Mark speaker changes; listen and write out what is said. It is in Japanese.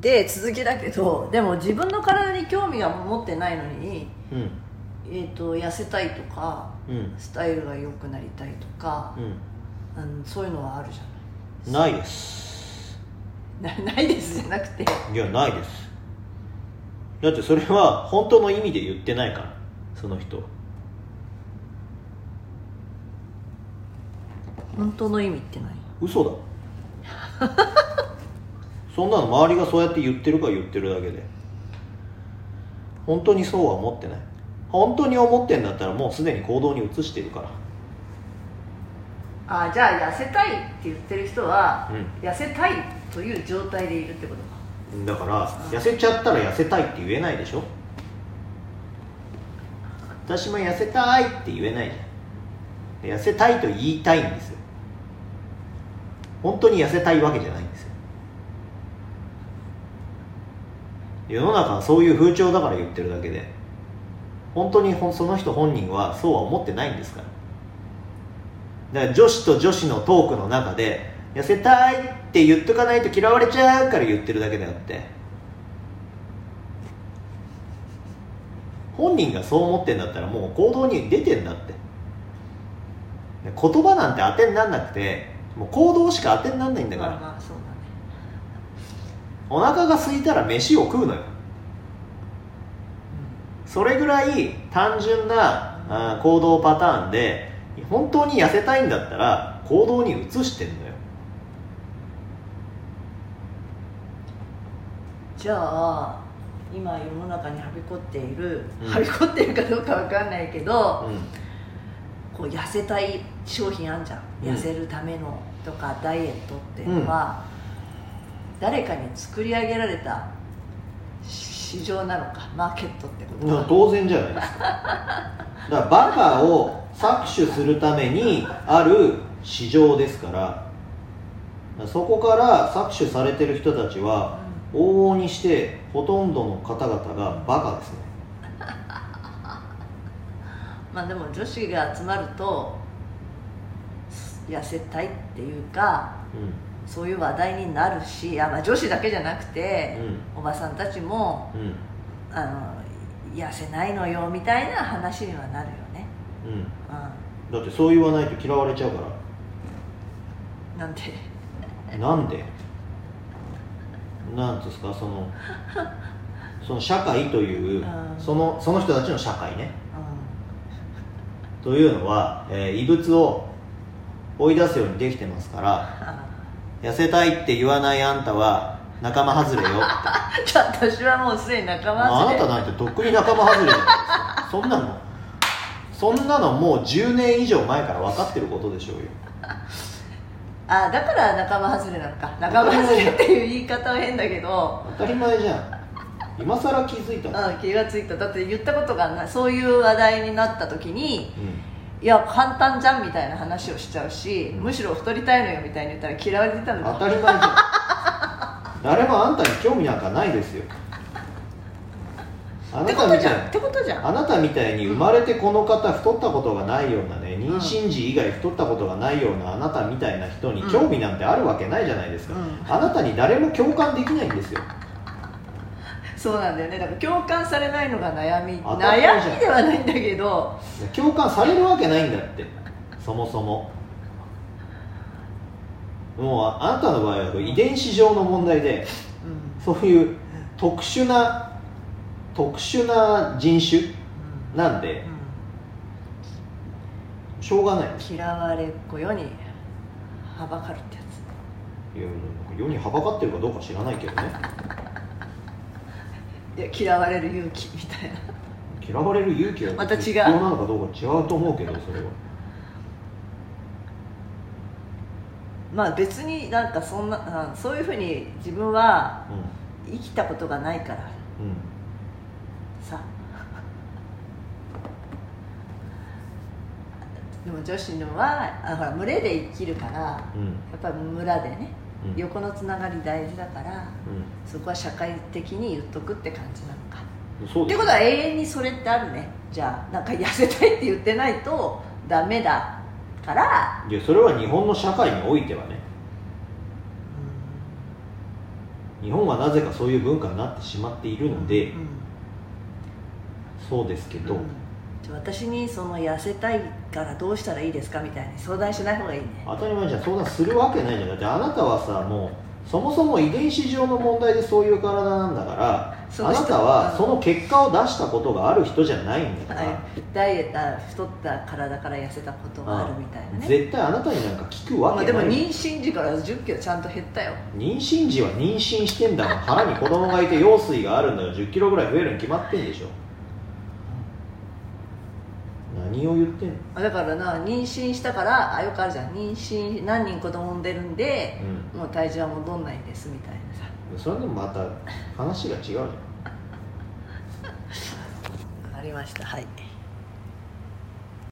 Speaker 1: で続きだけどでも自分の体に興味が持ってないのに、
Speaker 2: うん
Speaker 1: えー、と痩せたいとか
Speaker 2: うん
Speaker 1: スタイルが良くなりたいとか、うんそういうのはあるじ
Speaker 2: うんないです
Speaker 1: ゃ ないなないですじゃなくて
Speaker 2: いやないですだってそれは本当の意味で言ってないからその人
Speaker 1: 本当の意味って何
Speaker 2: 嘘だそんなの周りがそうやって言ってるから言ってるだけで本当にそうは思ってない本当に思ってんだったらもうすでに行動に移してるから
Speaker 1: あじゃあ痩せたいって言ってる人は、
Speaker 2: う
Speaker 1: 痩せたいという状態でいるってことか
Speaker 2: だから痩せちゃったら痩せたいって言えないでしょ私も痩せたいって言えないじゃん痩せたいと言いたいんですよ本当に痩せたいわけじゃないんですよ世の中はそういう風潮だから言ってるだけで本当にほんその人本人はそうは思ってないんですからだから女子と女子のトークの中で痩せたいって言っとかないと嫌われちゃうから言ってるだけであって本人がそう思ってんだったらもう行動に出てんだって言葉なんて当てになんなくてもう行動しか当てになんないんだから
Speaker 1: まあまあそうだね
Speaker 2: お腹が空いたら飯を食うのよそれぐらい単純なあー行動パターンで本当に痩せたいんだったら行動に移してんのよ
Speaker 1: じゃあ今世の中にはびこっている、
Speaker 2: うん
Speaker 1: はびこっているかどうかわかんないけど、
Speaker 2: う
Speaker 1: こう痩せたい商品あんじゃん、
Speaker 2: うん
Speaker 1: 痩せるためのとかダイエットっていうのは、誰かに作り上げられた市場なのかマーケットってこと
Speaker 2: ん
Speaker 1: か、
Speaker 2: だから当然じゃないですかだからバカを搾取するためにある市場ですからだからそこから搾取されてる人たちは往々にしてほとんどの方々がバカですね
Speaker 1: まあでも女子が集まるとす痩せたいっていうかそういう話題になるしあ、まあ、女子だけじゃなくて、おばさんたちも
Speaker 2: うんうん
Speaker 1: あの痩せないのよみたいな話にはなるよね、
Speaker 2: うん
Speaker 1: う
Speaker 2: だってそう言わないと嫌われちゃうか
Speaker 1: ん、なんて
Speaker 2: らなんでなんですかそのその社会とい
Speaker 1: う
Speaker 2: う
Speaker 1: ん
Speaker 2: そのその人たちの社会ね
Speaker 1: う
Speaker 2: というのは、えー異物を追い出すようにできてますから
Speaker 1: んあ
Speaker 2: 痩せたいって言わないあんたは仲間外れよって
Speaker 1: じゃあ 私はもうすでに仲
Speaker 2: まあ
Speaker 1: 間外
Speaker 2: あな
Speaker 1: れ
Speaker 2: たなんてとっくに仲間外れじゃないですかそんなのそんなのもう10年以上前から分かってることでしょうよ
Speaker 1: あだから仲間外れなのか仲間外れっていう言い方は変だけど、
Speaker 2: 当たり前じゃん今更気づいたの
Speaker 1: うん、気がついただって言ったことがないそういう話題になった時に
Speaker 2: うん
Speaker 1: いや簡単じゃんみたいな話をしちゃうし、
Speaker 2: うん
Speaker 1: むしろ太りたいのよみたいに言ったら嫌われてたのか
Speaker 2: 当たり前じゃん誰もあんたに興味なんかないですよあ
Speaker 1: っ
Speaker 2: な
Speaker 1: てこ
Speaker 2: た
Speaker 1: と
Speaker 2: み
Speaker 1: じ
Speaker 2: た
Speaker 1: ゃんっ
Speaker 2: い
Speaker 1: てことじゃん
Speaker 2: あなたみたいに生まれてこの方太ったことがないようなね妊娠時以外太ったことがないようなあなたみたいな人に
Speaker 1: うん
Speaker 2: 興味なんてあるわけないじゃないですか、
Speaker 1: うん
Speaker 2: あなたに誰も共感できないんですよ
Speaker 1: そうなんだよねだから共感されないのが悩み
Speaker 2: 当たり前じゃん
Speaker 1: 悩みではないんだけど
Speaker 2: 共感されるわけないんだってそもそももうああなたの場合は遺伝子上の問題で
Speaker 1: うん、
Speaker 2: そういう特殊な特殊な人種なんで
Speaker 1: う
Speaker 2: しょうがない
Speaker 1: ん嫌われっ子世にはばかるってや
Speaker 2: いやなんか世にはばかってるかどうか知らないけどね
Speaker 1: ついや嫌われる勇気みたいな
Speaker 2: 嫌われる勇気は
Speaker 1: また違う
Speaker 2: 必要なのかどうか違うと思うけどそれは
Speaker 1: まあ別になんかそんな、うんそういうふうに自分は
Speaker 2: う
Speaker 1: 生きたことがないから
Speaker 2: んうん
Speaker 1: さ でも女子のはあほら群れで生きるからや
Speaker 2: うん
Speaker 1: っぱり村でね
Speaker 2: うん
Speaker 1: 横のつながり大事だからそこは社会的に言っとくって感じなのか
Speaker 2: うんそう
Speaker 1: っ
Speaker 2: で
Speaker 1: て
Speaker 2: す
Speaker 1: ことは永遠にそれってあるねじゃあなんか痩せたいって言ってないとダメだから
Speaker 2: いやそれは日本の社会においてはね日本はなぜかそういう文化になってしまっているので、
Speaker 1: うん
Speaker 2: そうですけど、
Speaker 1: うんじゃあ私にその痩せたいからどうしたらいいですかみたいに相談しない方がいいね
Speaker 2: 当たり前じゃん相談するわけないじゃんだってあなたはさもうそもそも遺伝子上の問題でそういう体なんだから
Speaker 1: そ
Speaker 2: あ
Speaker 1: の人
Speaker 2: なたはその結果を出したことがある人じゃないんだから、
Speaker 1: はいダイエットあ太った体から痩せたことがあるみたいなね
Speaker 2: 絶対あなたになんか聞くわ
Speaker 1: まあ
Speaker 2: け
Speaker 1: でも
Speaker 2: ない、
Speaker 1: 妊娠時から1 0キロちゃんと減ったよ
Speaker 2: 妊娠時は妊娠してんだもん腹に子供がいて羊水があるんだから1 0キロぐらい増えるに決まってんでしょ何を言ってんの
Speaker 1: あだからな妊娠したからあよくあるじゃん妊娠何人子供産んでるんで、もう体重は戻んないんですみたいなさ
Speaker 2: うんそれでもまた話が違うじゃん
Speaker 1: わかりましたはい